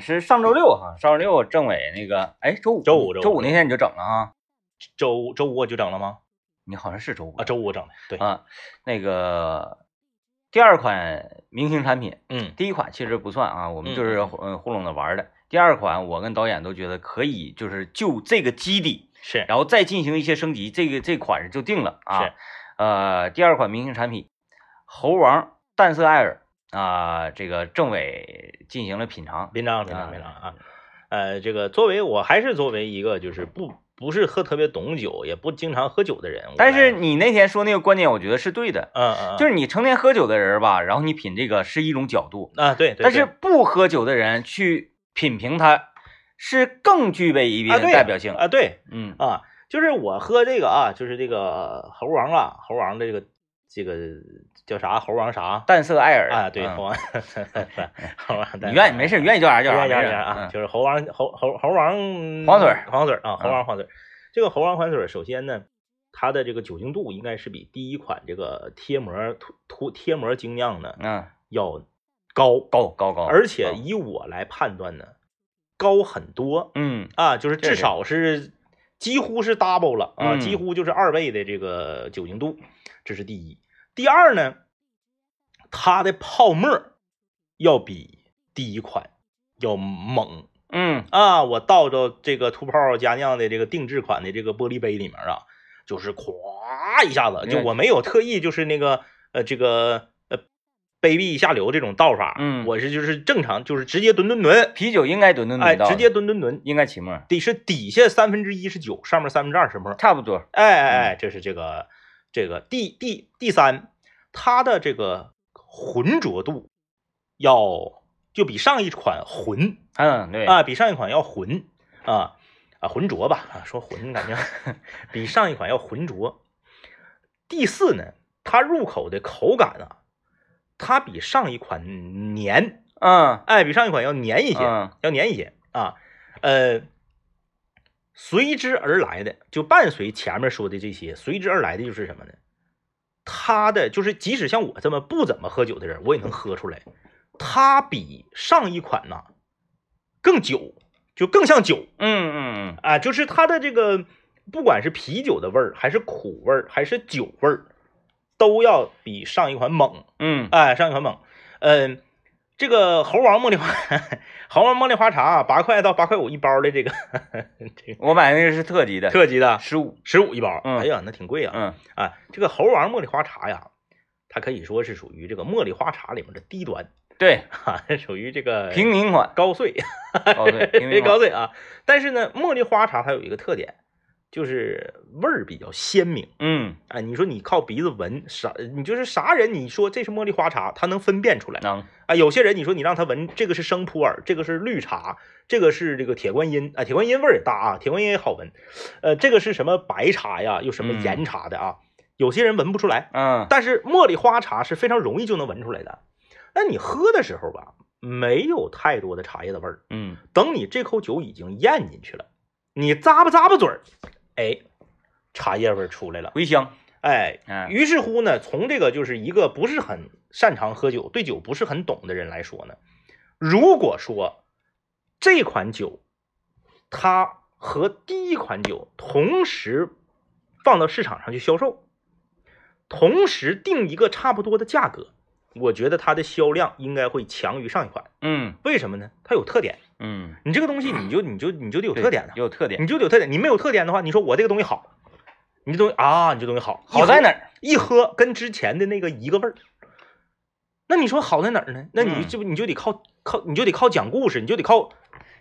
是上周六哈，上周六政委那个，哎，周五周五周五周五那天你就整了哈，周周五我就整了吗？你好像是周五啊，周五我整的，对，啊，那个第二款明星产品，嗯第一款其实不算啊，我们嗯就是嗯糊弄着玩儿的。第二款我跟导演都觉得可以，就是就这个基底，是，然后再进行一些升级，这个这款就定了啊是。呃，第二款明星产品，猴王淡色艾尔啊、这个政委进行了品尝，别张别啊张别张啊，呃，这个作为我还是作为一个就是不不是喝特别懂酒，也不经常喝酒的人，我但是来你那天说那个观点，我觉得是对的，嗯嗯，就是是你成天喝酒的人吧，然后你品这个是一种角度，啊对，对但是对不喝酒的人去品评它，是更具备一定啊对代表性。啊对嗯啊，就是我喝这个啊，就是这个猴王啊，猴王的这个这个叫啥猴王啥淡色艾尔啊？对，嗯猴王 猴王，啊你愿意没事，愿意叫啥叫啥，叫啥没叫事啥啊？嗯就是猴王猴猴猴王黄水儿黄水儿啊，猴嗯王黄水儿。这个猴王黄水儿，首先呢，它的这个酒精度应该是比第一款这个贴膜涂涂贴膜精酿呢嗯，要高，高嗯高高，而且高以我来判断呢，高很多嗯啊，就是这至是少是几乎是 double 了啊，嗯几乎就是二倍的这个酒精度，这是第一。第二呢，它的泡沫要比第一款要猛，嗯啊，我倒到这个兔泡佳酿的这个定制款的这个玻璃杯里面啊，就是咵一下子，就嗯我没有特意就是那个呃这个呃卑鄙下流这种倒法，嗯我是就是正常就是直接吨吨吨，啤酒应该吨吨哎，吨到的，直接吨吨吨，应该起沫，底是底下三分之一是酒，上面三分之二是沫，差不多。哎哎哎，这是这个这个第第第三，它的这个浑浊度要就比上一款浑，嗯，对，啊，比上一款要浑啊啊浑浊吧啊，说浑感觉比上一款要浑浊。第四呢，它入口的口感啊，它比上一款黏，嗯哎，比上一款要黏一些，嗯要黏一些啊，呃。随之而来的，就伴随前面说的这些，随之而来的就是什么呢？它的就是，即使像我这么不怎么喝酒的人，我也能喝出来，它比上一款呐更酒，就更像酒嗯嗯啊，就是它的这个不管是啤酒的味儿，还是苦味儿，还是酒味儿，都要比上一款猛，嗯嗯哎、上一款猛，嗯、这个猴王茉莉花， 猴王茉莉花茶啊八块到八块五一包的这个 这个我买那个是特级的，特级的十五，十五一包，嗯哎呀，那挺贵啊，嗯啊，这个猴王茉莉花茶呀，它可以说是属于这个茉莉花茶里面的低端 对，啊，属于这个平民款，高碎。哦 对，平别民高款，对啊。但是呢，茉莉花茶它有一个特点，就是味儿比较鲜明。嗯，哎，你说你靠鼻子闻啥？你就是啥人？你说这是茉莉花茶，他能分辨出来。能，啊，有些人你说你让他闻这个是生普洱，这个是绿茶，这个是这个铁观音啊，铁观音味儿也大啊，铁观音也好闻。呃，这个是什么白茶呀？又什么嗯岩茶的啊？有些人闻不出来，嗯但是茉莉花茶是非常容易就能闻出来的。那你喝的时候吧，没有太多的茶叶的味儿，嗯等你这口酒已经咽进去了，你咂吧咂吧嘴儿，哎，茶叶味儿出来了。茴香，哎，哎，于是乎呢，从这个就是一个不是很擅长喝酒、对酒不是很懂的人来说呢，如果说这款酒它和第一款酒同时放到市场上去销售，同时定一个差不多的价格，我觉得它的销量应该会强于上一款。嗯为什么呢？它有特点。嗯，你这个东西你就你就你就得有对特点的，啊有特点，你就得有特点。你没有特点的话，你说我这个东西好，你这东西啊，你这东西好，好在哪儿？ 一喝跟之前的那个一个味儿。那你说好在哪儿呢？那你嗯就你就得靠靠你就得靠讲故事，你就得靠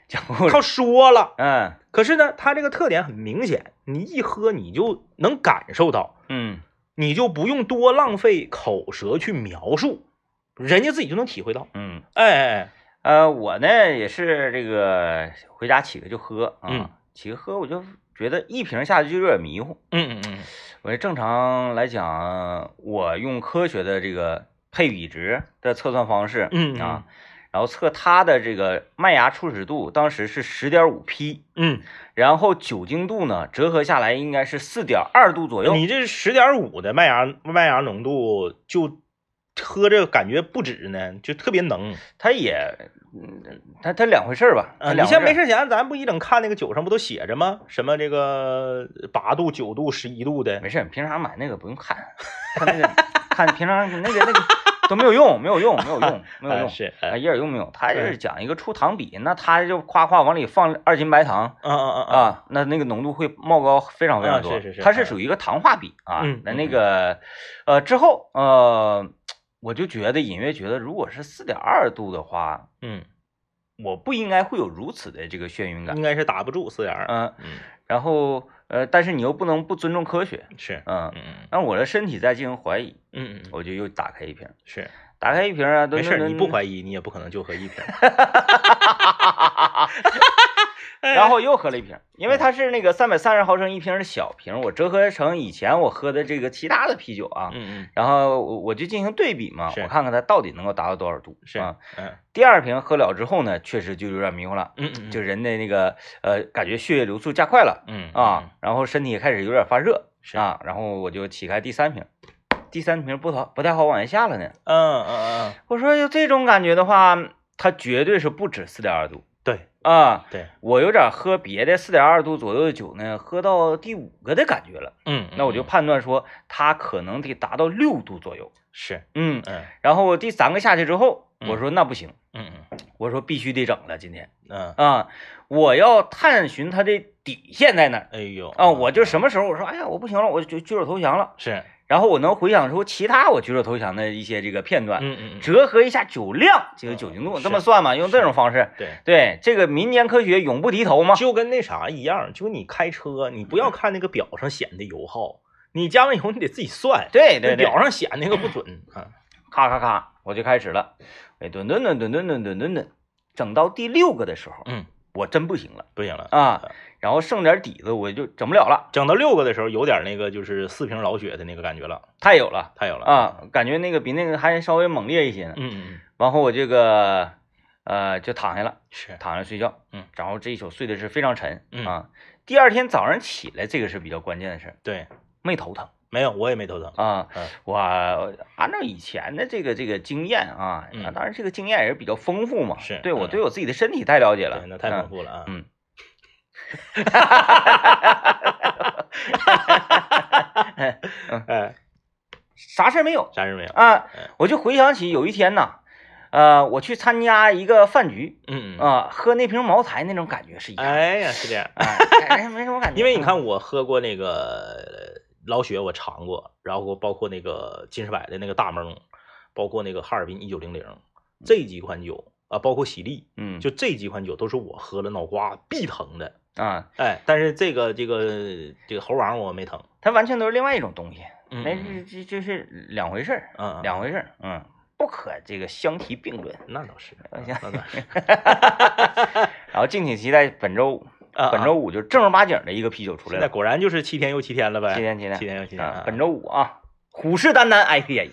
讲故事，靠说了。嗯可是呢，它这个特点很明显，你一喝你就能感受到，嗯你就不用多浪费口舌去描述，人家自己就能体会到。嗯。哎哎哎，呃，我呢也是这个回家起个就喝啊，嗯起个喝我就觉得一瓶下去就有点迷糊。嗯嗯嗯，我这正常来讲，我用科学的这个配比值的测算方式，嗯啊，然后测它的这个麦芽初始度，当时是十点五 P，嗯，然后酒精度呢折合下来应该是四点二度左右。你这十点五的麦芽麦芽浓度就喝着感觉不止呢，就特别能。它也，嗯它它两回事儿吧。它啊，你两回像没儿，事闲，咱不一整看那个酒上不都写着吗？什么这个八度、九度、十一度的没事儿，平常买那个不用 看，看那个看平常那个那个都没有用，没有用，没有 用，没有啊，用。是，啊，哎，一点用没有，他就嗯是讲一个出糖比，那他就夸夸往里放二斤白糖嗯嗯嗯啊，那那个浓度会冒高非常非啊常多。是是是它是属于一个糖化比啊。嗯那嗯那个，呃，之后呃，我就觉得隐约觉得，如果是四点二度的话，嗯我不应该会有如此的这个眩晕嗯，感。应该是打不住四点二，嗯、嗯，然后呃，但是你又不能不尊重科学，是，嗯、嗯嗯但我的身体在进行怀疑，嗯嗯，我就又打开一瓶，是，打开一瓶啊，没事儿，你不怀，怀疑，你也不可能就喝 一瓶，然后又喝了一瓶，因为它是那个三百三十毫升一瓶的小瓶，我折合成以前我喝的这个其他的啤酒啊，嗯嗯，然后我我就进行对比嘛，是我看看它到底能够达到多少度是啊。，嗯第二瓶喝了之后呢，确实就有点迷糊了，嗯嗯，，就是人的那个呃感觉血液流速加快了嗯啊，，然后身体也开始有点发热是啊，然后我就起开第三瓶，第三瓶不好不太好往下下了呢，嗯嗯嗯嗯，我说有哎这种感觉的话，它绝对是不止四点二度对啊。对，我有点喝别的四点二度左右的酒呢，喝到第五个的感觉了，嗯，那我就嗯判断说它可能得达到六度左右。是，嗯，嗯然后我第三个下去之后，我嗯说那不行，嗯嗯我说必须得整了今天嗯，啊，我要探寻它的底线在哪儿哎呦，啊，我就什么么时候我说哎呀我不行了，我就举手投降了，是，然后我能回想出其他我举手投降的一些这个片段，嗯嗯嗯，折合一下酒量，这个酒精度嗯这么是算嘛，用这种方式，对。对这个民间科学永不低头嘛。就跟那啥一样，就跟你开车，你不要看那个表上显的油耗，你加完油你得自己算，对那对对，表上显那个不准啊。咔咔咔，我就开始了，哎，蹲蹲蹲蹲蹲蹲蹲蹲蹲，整到第六个的时候，嗯，我真不行了不行了，啊，然后剩点底子我就整不了了，整到六个的时候有点那个就是四瓶老雪的那个感觉了，太有了太有了！啊，感觉那个比那个还稍微猛烈一些呢。嗯嗯嗯，然后我这个呃就躺下了，是，躺下睡觉，嗯，然后这一宿睡的是非常沉嗯啊。第二天早上起来，这个是比较关键的事儿，对，没头疼没有我也没头疼，啊嗯。我按照以前的这个这个经验啊，嗯啊当然这个经验也是比较丰富嘛，是对我嗯对我自己的身体太了解了对，，那太丰嗯富了啊。嗯， 哎，啥事儿没有啥事没有？啊嗯。我就回想起有一天呐，呃，我去参加一个饭局嗯嗯，啊、喝那瓶茅台那种感觉是一样的，哎呀，是这样，哎，哎没什么感觉。因为你看我喝过那个呃老雪，我尝过，然后包括那个金士百的那个大蒙，包括那个哈尔滨一九零零这几款酒啊，包括喜力，嗯，就这几款酒都是我喝了脑瓜必疼的。啊，哎，但是这个这个这个猴王我没疼，它完全都是另外一种东西，嗯那嗯这这这是两回事儿，嗯，两回事儿，嗯，不可这个相提并论。那倒是，我嗯想那倒是，然后敬请期待本周五啊 本周五就正儿八经的一个啤酒出来现在了，果然就是七天又七天了呗，七天七天七天又七天，啊啊，本周五啊，虎视眈眈 IPA。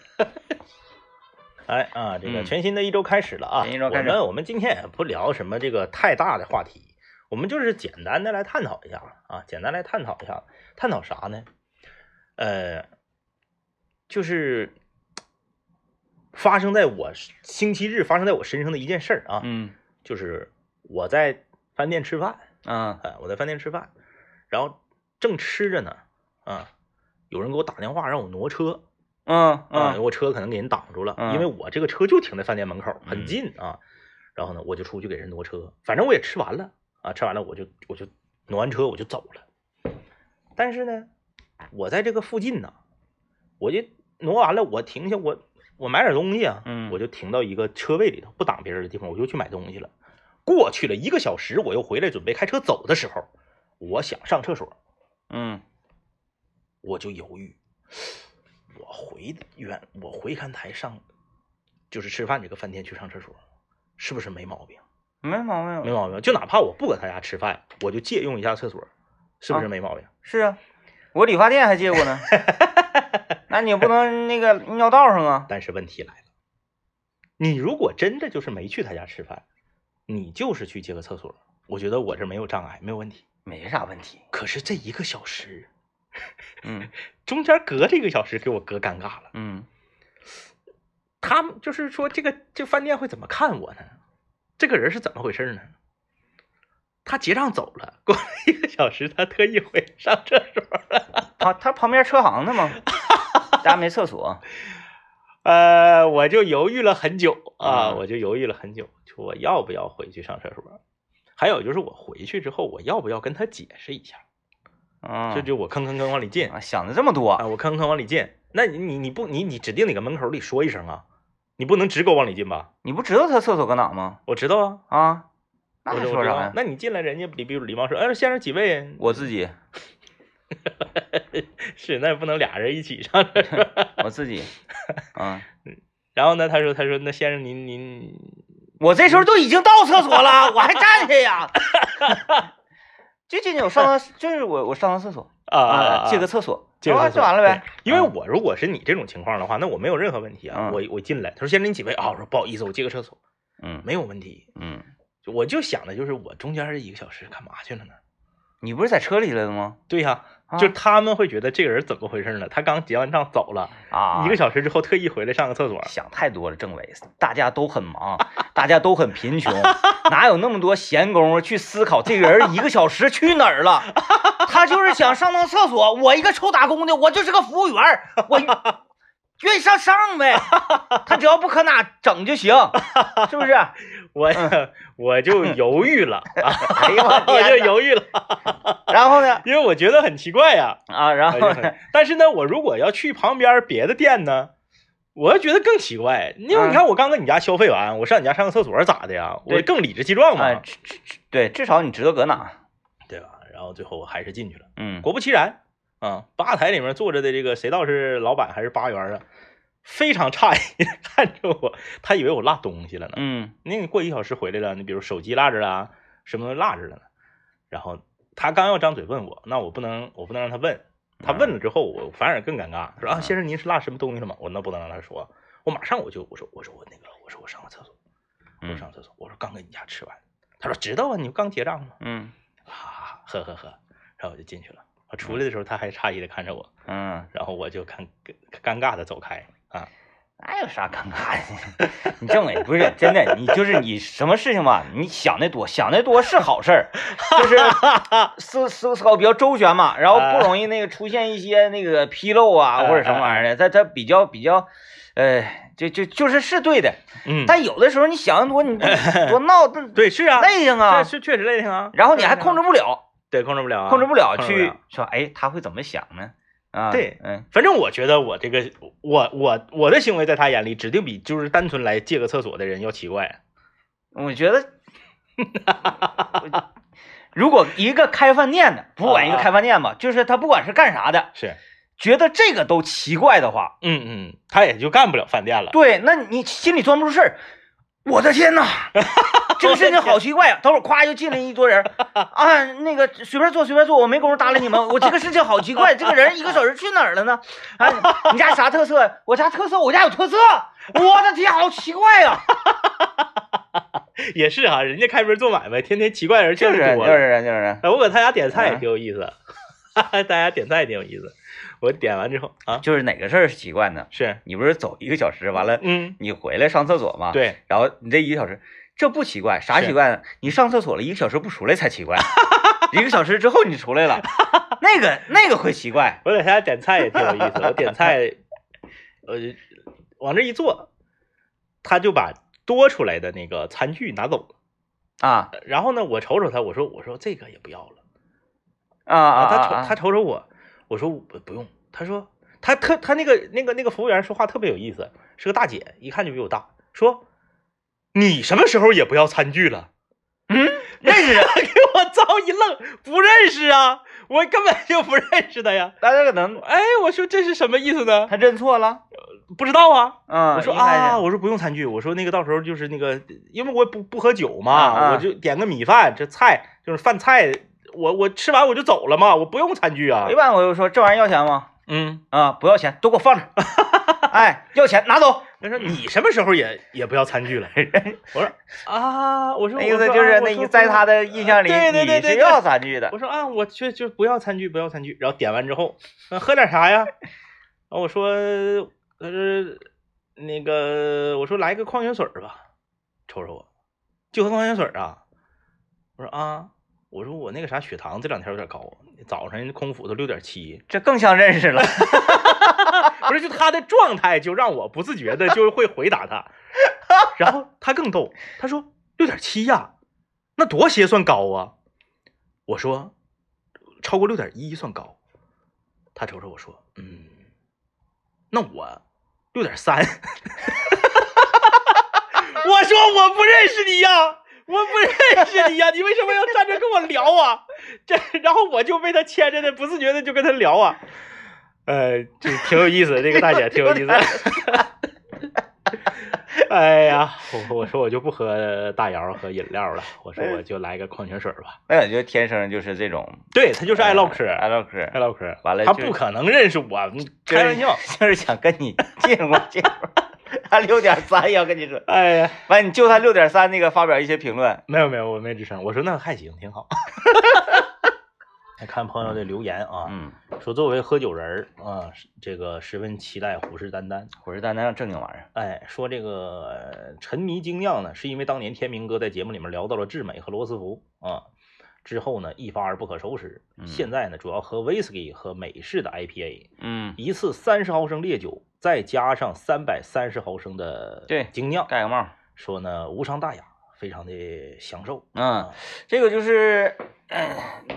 哎啊，这个嗯全新的一周开始了啊！全新一周开始我们我们今天也不聊什么这个太大的话题，我们就是简单的来探讨一下啊，简单来探讨一下，探讨啥呢？呃，就是发生在我星期日发生在我身上的一件事儿啊，嗯就是我在饭店吃饭，啊啊，我在饭店吃饭，然后正吃着呢，啊，有人给我打电话让我挪车，嗯啊，嗯我车可能给人挡住了，嗯因为我这个车就停在饭店门口，很嗯近啊。然后呢，我就出去给人挪车，反正我也吃完了啊，吃完了我就我就挪完车我就走了。但是呢，我在这个附近呢，我就挪完了，我停下，我我买点东西啊，嗯我就停到一个车位里头，不挡别人的地方，我就去买东西了。过去了一个小时，我又回来准备开车走的时候，我想上厕所，嗯我就犹豫，我回远，我回看台上，就是吃饭这个饭店去上厕所，是不是没毛病？没毛病，没毛病。就哪怕我不搁他家吃饭，我就借用一下厕所，是不是没毛病？是啊，我理发店还借过 呢。那你不能那个尿道上啊？但是问题来了，你如果真的就是没去他家吃饭，你就是去借个厕所，我觉得我这没有障碍，没有问题。没啥问题。可是这一个小时，嗯嗯中间隔这一个小时，给我隔尴尬了。嗯他们就是说这个这饭店会怎么看我呢？这个人是怎么回事呢？他结账走了，过了一个小时，他特意回上厕所了。 他他旁边车行的 嘛，家没厕所，呃，我就犹豫了很久啊，嗯我就犹豫了很久，就我要不要回去上厕所？还有就是我回去之后，我要不要跟他解释一下？嗯，这就我吭吭吭往里进啊想的这么多，啊，我吭吭往里进。那你你你不你你指定哪个门口里说一声啊？你不能直给我往里进吧？你不知道他厕所搁哪吗？我知道啊，啊，那我还知说啥道啊呀？那你进来，人家礼比如礼貌说，哎，先生几位？我自己， 是，那也不能俩人一起上。 我自 己，啊，然后呢，他说他说那先生您您我这时候都已经到厕所了，我还站下 呀。就就我上趟，就是我我上趟厕所啊借个厕所，这啊个就完了呗。因为啊我如果是你这种情况的话，那我没有任何问题啊。嗯我我进来，他说先生您几位啊？我说不好意思，我借个厕所，嗯没有问题。嗯，就我就想的就是我中间这一个小时干嘛去了呢？你不是在车里来的吗？对呀、啊就他们会觉得这个人怎么回事呢？他刚结完账走了，啊，嗯一个小时之后特意回来上个厕所。想太多了，政委，大家都很忙，大家都很贫穷，哪有那么多闲工夫去思考这个人一个小时去哪儿了？他就是想上趟厕所。我一个臭打工的，我就是个服务员儿，我愿意上上呗。他只要不可哪整就行，是 不是？我、我就犹豫了，啊、哎呦 我就犹豫了，然后呢？因为我觉得很奇怪呀、啊，然后哎就呢很？ 但是呢，我如果要去旁边别的店呢，我又觉得更奇怪，因为嗯你看我刚跟你家消费完，我上你家上个厕所咋的呀？对我更理直气壮嘛，啊，至至至对，至少你知道搁哪儿。对吧？然后最后我还是进去了，嗯，果不其然，啊、吧台里面坐着的这个谁道是老板还是吧员啊，非常诧异的 看着我，他以为我落东西了呢。嗯那你过一小时回来了，你比如手机落这了啊，什么东西落这了呢？然后他刚要张嘴问我，那我不能，我不能让他问。他问了之后，我反而更尴尬。他说啊，嗯先生您是落什么东西了吗？我那不能让他说，我马上我就我说我说我那个我说我上个厕所，我嗯上厕所，我说刚跟你家吃完。他说知道啊，你不刚结账吗？嗯啊，呵呵呵。然后我就进去了。我出来的时候，他还诧异的看着我，嗯，然后我就看尴尬的走开啊。那有啥尴尬的？ 你政委不是真的，你就是你什么事情吧，你想的多，想的多是好事儿，就是 思思考比较周全嘛，然后不容易那个出现一些那个纰漏啊哎或者什么玩意儿的，它它比较比较，呃，就就就是是对的，嗯，但有的时候你想的多， 你多多闹，这对是啊，累挺这啊，是确实累挺啊。然后你还控制不了，对控制不了啊，控制不了控制不去了说，哎，他会怎么想呢？啊，对嗯反正我觉得我这个我我我的行为在他眼里指定比就是单纯来借个厕所的人要奇怪。我觉得，我如果一个开饭店的，不管一个开饭店吧，就是他不管是干啥的，是，觉得这个都奇怪的话，嗯嗯，他也就干不了饭店了。对，那你心里钻不住事儿。我的天呐，这个事情好奇怪呀、等会儿咵又进来一桌人儿，啊，那个随便坐随便坐，我没工夫搭理你们。我这个事情好奇怪，这个人一个小时去哪儿了呢？啊，你家啥特色？我家特色，我家有特色。我的天，好奇怪啊 呀、也是哈、人家开门做买卖，天天奇怪的人确实多了。是就是，哎，我搁他家点菜也嗯挺有意思，哈哈，大家点菜也挺有意思。我点完之后啊，就是哪个事儿是奇怪呢？是，你不是啊走一个小时，完了嗯，你回来上厕所嘛？，对，然后你这一个小时，这不奇怪，啥是奇怪呢？你上厕所了一个小时不出来才奇怪，一个小时之后你出来了，那个那个会奇怪。我在他家点菜也挺有意思。我 点菜，呃，往这一坐，他就把多出来的那个餐具拿走了。啊然后呢，我瞅瞅他，我说我说这个也不要了。啊啊！他瞅啊他瞅瞅我，我说我不用。他说他特他那个那个那个服务员说话特别有意思，是个大姐，一看就比我大，说你什么时候也不要餐具了？啊嗯， 认识人，给我遭一愣，不认识啊，我根本就不认识他呀。大家可能哎，我说这是什么意思呢？他认错了。不知道啊。嗯，我说应该啊，是我说不用餐具，我说那个到时候就是那个，因为我也不不喝酒嘛，啊啊我就点个米饭，这菜就是饭菜，我我吃完我就走了嘛，我不用餐具啊一。般我就说这玩意儿要钱吗？嗯，啊，不要钱，都给我放这儿。哎，要钱 拿走。他说你什么时候也也不要餐 具了？我说啊，我说那意思就是那一在他的，的印象里，对对对你对是对要餐具的。我说啊，我就就不要餐具，不要餐具。然后点完之后，那喝点啥呀？然后我说，呃，那个我说来个矿泉水儿吧，瞅瞅我，就喝矿泉水儿啊。我说啊，我说我那个啥血糖这两天有点高，啊早上人家空腹都六点七。这更像认识了。 不是，就他的状态就让我不自觉的就会回答他。然后他更逗，他说六点七呀，那多些算高啊？我说超过六点一算高。他瞅瞅我说，嗯，那我六点三。我说我不认识你呀。我不认识你呀、你为什么要站着跟我聊啊？这，然后我就被他牵着的，不自觉的就跟他聊啊。呃，就挺有意思，这个大姐挺有意思。 哎呀，我我说我就不喝大窑和饮料了，我说我就来个矿泉水吧。哎那感觉天生就是这种，哎对他就是爱唠嗑，爱唠嗑爱，唠嗑。完了他就不可能认识我，你就是开玩笑。， 就是想跟你借过借过。 他六点三要跟你说，哎呀，完你就他六点三那个发表一些评论，没有没有，我没吱声。我说那还行，挺好。 看朋友的留言啊，嗯，说作为喝酒人儿啊，是这个十分期待虎视眈眈。虎视眈眈让正经玩意儿，哎，说这个呃沉迷精酿呢，是因为当年天明哥在节目里面聊到了智美和罗斯福啊，之后呢一发而不可收拾。嗯现在呢，主要喝威士忌和美式的 IPA，嗯，一次三十毫升烈酒，再加上三百三十毫升的对精酿，盖个帽，说呢无伤大雅，非常的享受。嗯，这个就是，呃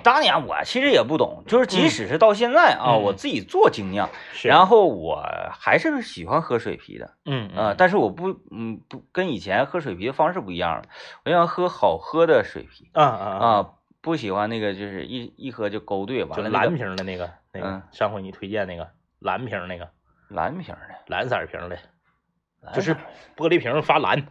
当年我其实也不懂，就是即使是到现在啊，嗯我自己做精酿，是啊然后我还是喜欢喝水啤的，嗯啊、但是我不，嗯，不跟以前喝水啤的方式不一样了，我想喝好喝的水啤啊啊啊，啊、不喜欢那个就是一一喝就勾兑，完就了那个蓝瓶的那个那嗯个，上回你推荐那个蓝瓶那个蓝瓶儿的，蓝色儿瓶的，蓝就是色儿玻璃瓶发蓝。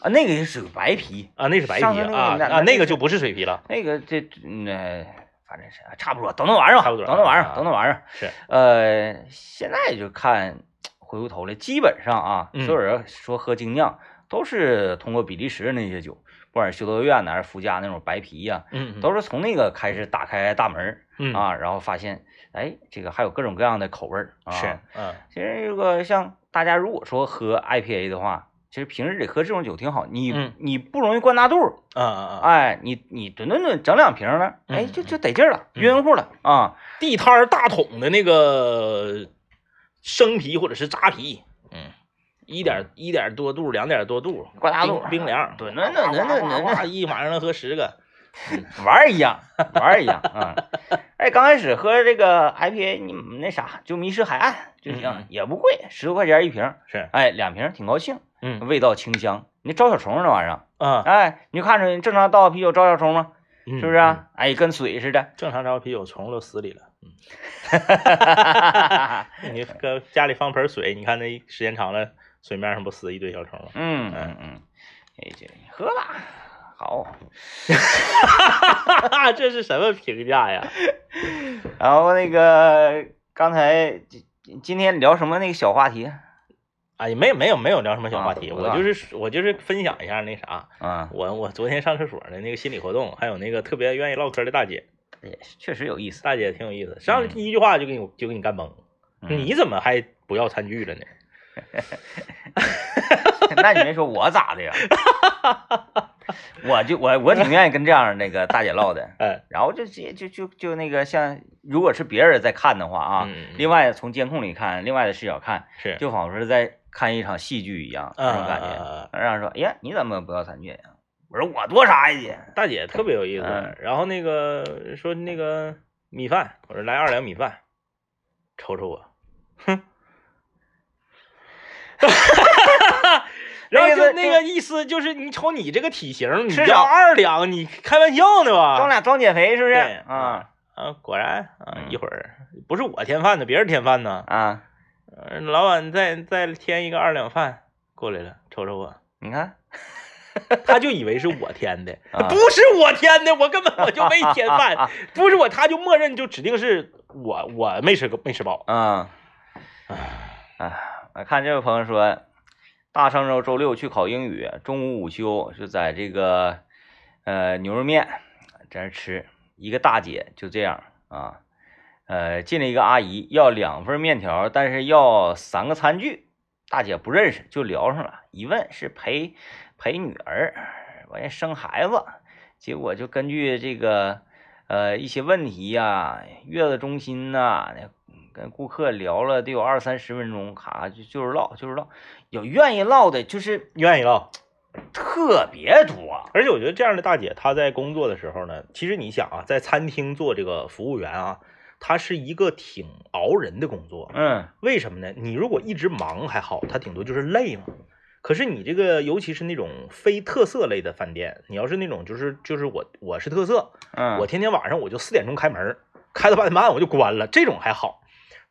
啊，那个是属于白啤，啊，那是白啤上次那个啊那啊，那那就个就不是水啤了，那个这，嗯，呃反正是差不多，等那玩意儿吧，差不多等那玩意啊儿，等那玩意儿。是呃，现在就看回过头来，基本上啊，嗯所有人说喝精酿都是通过比利时那些酒，不管是修道院呐，还是福佳那种白啤呀、嗯都是从那个开始打开大门儿嗯啊，然后发现，哎，这个还有各种各样的口味儿啊。是，嗯其实如果像大家如果说喝 IPA 的话，其实平日里喝这种酒挺好，你、嗯你不容易灌大肚儿，啊啊啊，哎，你你顿顿顿整两瓶儿呢，哎，嗯就就得劲儿了，嗯晕乎了啊。地摊儿大桶的那个生啤或者是扎啤，嗯，一点一点多度，两点多度，挂大冰肚啊冰凉，对那那那那那那哇哇哇一晚上能喝十个，玩儿一样，玩儿一样啊。 哎，刚开始喝这个 IPA，你那啥就迷失海岸就行，嗯嗯也不贵，十多块钱一瓶儿，是，哎，两瓶儿挺高兴，嗯味道清香。你招小虫儿那玩意儿，啊，哎，你就看着你正常倒啤酒招小虫吗？是是不是、嗯啊？哎，跟水似的。 正常招啤酒虫都死里了，嗯嗯你搁家里放盆水，你看那一时间长了，水面上不死一堆小虫吗？ 嗯嗯，哎，这喝吧，好。哈哈，这是什么评价呀？然后那个刚才今今天聊什么那个小话题？哎，没有没有没有聊什么小话题，啊我就是我就是分享一下那啥，啊，我我昨天上厕所的那个心理活动，还有那个特别愿意唠嗑的大姐，也确实有意思。大姐挺有意思，上来嗯第一句话就给你就给你干崩，嗯你怎么还不要餐具了呢？ 那你没说我咋 的呀？我就我我挺愿意跟这样那个大姐唠的， 哎，然后就直接就就就那个像，如果是别人在看的话啊，嗯嗯另外从监控里看，另外的视角看，是，就仿佛是在看一场戏剧一样啊那种感觉。啊啊让人说，哎呀，你怎么不要残缺呀？我说我多啥呀姐？大姐特别有意思嗯。然后那个说那个米饭，我说来二两米饭，瞅瞅我， 哼。然后那就个啊那个意思就是，你瞅你这个体型，你吃要少二两，你开玩笑呢吧？装俩装减肥是不是？对啊啊，果然啊，嗯一会儿不是我添饭的，别人添饭呢。啊，呃老板再再添一个二两饭过来了，瞅瞅我，你看，他就以为是我添的，啊不是我添的，我根本我就没添饭，不是我，他就默认就指定是我我没吃够没吃饱。嗯，哎，我看这位朋友说，大上周周六去考英语，中午午休就在这个呃牛肉面在这吃，一个大姐就这样啊，呃，进来一个阿姨要两份面条，但是要三个餐具，大姐不认识，就聊上了。一问是陪陪女儿，完也生孩子，结果就根据这个呃一些问题呀、月子中心呐、跟顾客聊了得有二三十分钟，咔就就是唠就是唠，有愿意唠的，就是愿意唠。特别多。而且我觉得这样的大姐，她在工作的时候呢，其实你想啊，在餐厅做这个服务员啊，她是一个挺熬人的工作。嗯，为什么呢？你如果一直忙还好，她顶多就是累嘛。可是你这个，尤其是那种非特色类的饭店，你要是那种就是就是我我是特色，嗯，我天天晚上我就四点钟开门儿，开到八点半我就关了，这种还好。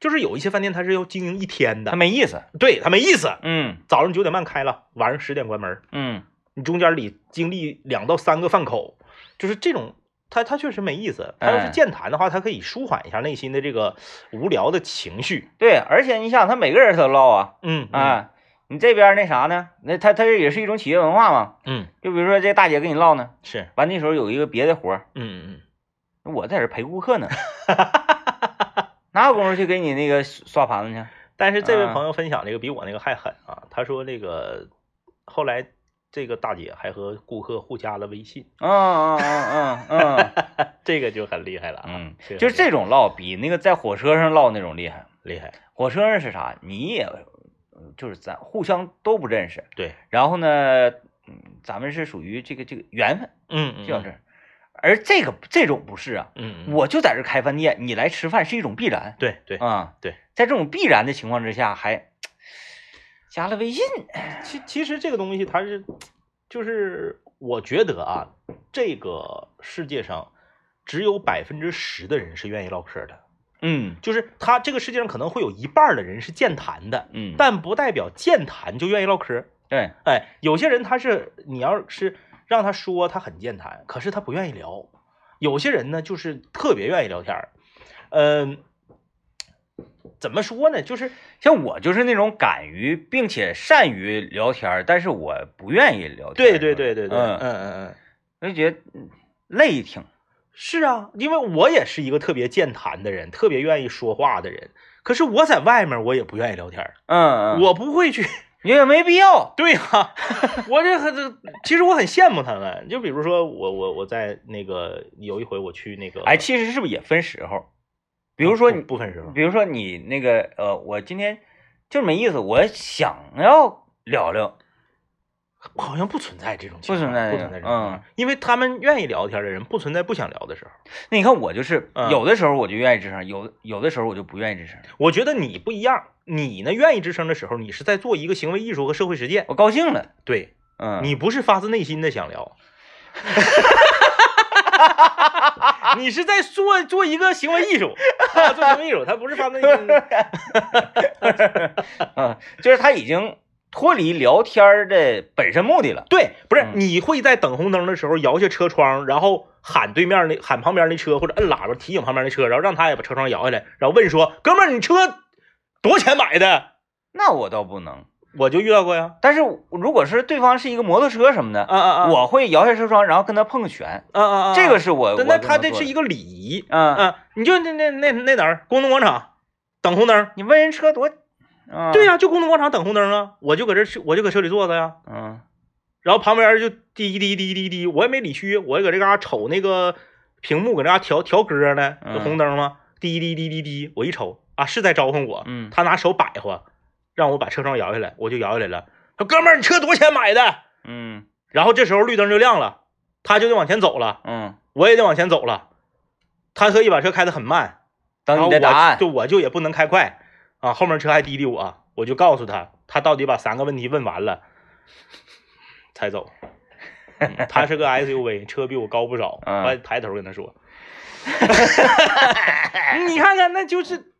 就是有一些饭店它是要经营一天他的，没意思。对它没意思。嗯早上九点半开了，晚上十点关门儿。嗯，你中间里经历两到三个饭口，就是这种，他他确实没意思。他哎要是健谈的话，他可以舒缓一下内心的这个无聊的情绪。对，而且你想，他每个人都唠啊，嗯，啊，你这边那啥呢？那他他这也是一种企业文化嘛。嗯，嗯，就比如说这大姐跟你唠呢，是，完那时候有一个别的活儿，嗯嗯我在这陪顾 客呢，哪有功夫去给你那个刷盘子去？嗯。但是这位啊朋友分享这个比我那个还狠啊，他说那个后来这个大姐还和顾客互加了微信，嗯嗯嗯嗯这个就很厉害了啊，嗯个嗯，就是这种唠比那个在火车上唠那种厉害。厉害。火车上是啥？你也就是咱互相都不认识，对，然后呢，嗯，咱们是属于这个这个缘分，嗯嗯，就到这儿。而这个这种不是啊，嗯，嗯，我就在这儿开饭店，你来吃饭是一种必然对对，啊。对，在这种必然的情况之下，还加了微信，其其实这个东西它是，就是我觉得啊，这个世界上只有百分之十的人是愿意唠嗑的，嗯就是他这个世界上可能会有一半儿的人是健谈的，嗯，但不代表健谈就愿意唠嗑。对，哎，有些人他是你要是让他说他很健谈，可是他不愿意聊；有些人呢就是特别愿意聊天儿，嗯、怎么说呢？就是像我就是那种敢于并且善于聊天儿，但是我不愿意聊天儿。对对对对对，嗯嗯，嗯嗯。我就觉得嗯累挺。是啊，因为我也是一个特别健谈的人，特别愿意说话的人。可是我在外面我也不愿意聊天儿，嗯，嗯我不会去。 也没必要。对呀、 我这很这，其实我很羡慕他们。就比如说我我我在那个有一回我去那个，哎，，其实是不是也分时候？比如说你，嗯不分时候，比如说你那个呃，我今天就是没意思，我想要聊聊，好像不存在这种情况，不存在这不个存在这种情况嗯，因为他们愿意聊天的人不存在不想聊的时候。那你看我就是嗯有的时候我就愿意吱声，有有的时候我就不愿意吱声。我觉得你不一样，你呢愿意吱声的时候，你是在做一个行为艺术和社会实践，我高兴了，对嗯，你不是发自内心的想聊，你是在做做一个行为艺术，啊、做行为艺术，他不是发自内心。嗯，就是他已经脱离聊天儿的本身目的了。对，不是嗯你会在等红灯的时候摇下车窗，然后喊对面那喊旁边那车，或者摁喇叭提醒旁边那车，然后让他也把车窗摇下来，然后问说：“哥们儿，你车多少钱买的那我倒不能，？”我就遇到过呀，但是如果是对方是一个摩托车什么的，啊啊啊，我会摇下车窗，然后跟他碰个拳，啊啊啊，这个是我对，我那跟他做这是的一个礼仪嗯，啊，你就那那那那哪儿，工农广场等红灯。你问人车多，嗯，对呀、就工农广场等红灯啊，我就搁这车，我就搁车里坐着呀、嗯，然后旁边就滴滴滴滴滴，我也没理区，我就搁这嘎瞅那个屏幕，搁这嘎调调歌呢，嗯这红灯吗？滴滴滴滴滴，我一瞅啊，是在招呼我，嗯他拿手摆活，让我把车窗摇下来，我就摇下来了。说哥们儿，你车多少钱买的？嗯然后这时候绿灯就亮了，他就得往前走了，嗯，我也得往前走了。他特意把车开得很慢，等你的然后我答案。就我就也不能开快啊，后面车还滴滴我，我就告诉他，他到底把三个问题问完了才走。 嗯他是个 SUV，车比我高不少，嗯我抬头跟他 说，你看看，那就是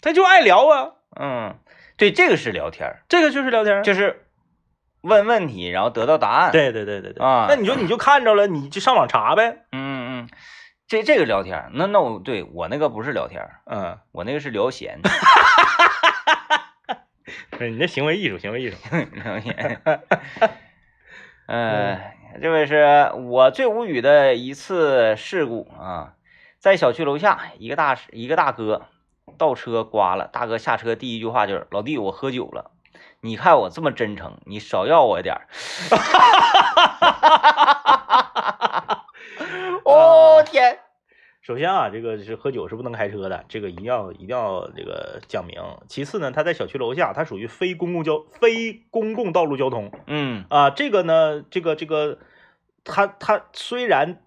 他就爱聊啊，嗯，对，这个是聊天儿，这个就是聊天，就是问问题，然后得到答案。，对对对对对啊那你说你就看着了，你就上网查呗，嗯嗯，这这个聊天儿，那那我对我那个不是聊天儿，嗯，我那个是聊闲，不是你这行为艺术，行为艺术， 聊闲。呃，这位是我最无语的一次事故啊，在小区楼下，一个大一个大哥倒车刮了，大哥下车第一句话就是：“老弟，我喝酒了。”你看我这么真诚，你少要我点儿。哦天，首先啊，这个是喝酒是不能开车的，这个一定要一定要这个讲明。其次呢，它在小区楼下，它属于非公共交非公共道路交通嗯啊。这个呢，这个这个，它它虽然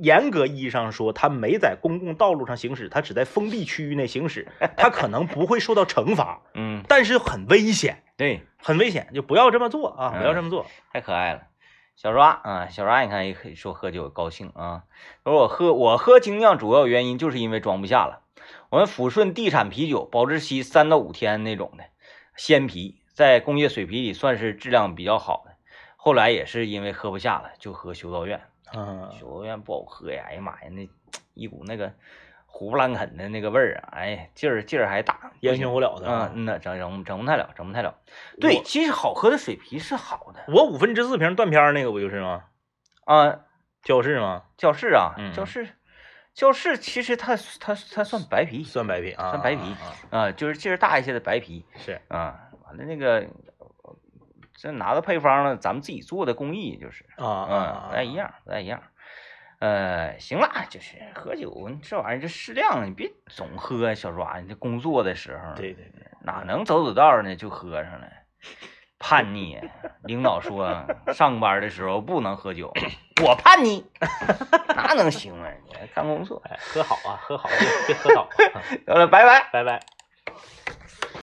严格意义上说它没在公共道路上行驶，它只在封闭区域内行驶，它可能不会受到惩罚，嗯，但是很危险，对，很危险，就不要这么做啊，嗯不要这么做。太可爱了。小抓啊，小抓，你看也可以说喝酒高兴啊。他说我喝我喝精酿主要原因就是因为装不下了。我们抚顺地产啤酒保质期三到五天那种的鲜啤，在工业水啤里算是质量比较好的。后来也是因为喝不下了，就喝修道院。嗯，修道院不好喝呀，哎呀妈呀，那一股那个胡不烂啃的那个味儿啊，哎呀，劲儿劲儿还大，烟熏火燎的嗯啊。嗯呐，整整整不太了，整不太了。对，我其实好喝的水啤是好的我五分之四瓶断片儿那个不就是吗？啊，教室吗？教室啊，嗯教室，教室其实它它它算白啤算白啤啊，算白啤啊啊啊，就是劲儿大一些的白啤是，啊。完了那个，这拿到配方了，咱们自己做的工艺就是，啊嗯，不太一。样，不太一样。呃，行了，就是喝酒这玩意儿就适量，你别总喝。小抓，你这工作的时候，对对对，哪能走走道儿呢就喝上了？叛逆，领导说上班的时候不能喝酒，我叛逆， 那能行啊？哎你还干工作， 哎，喝好啊，喝好，别别喝倒啊，得了，拜拜。拜拜。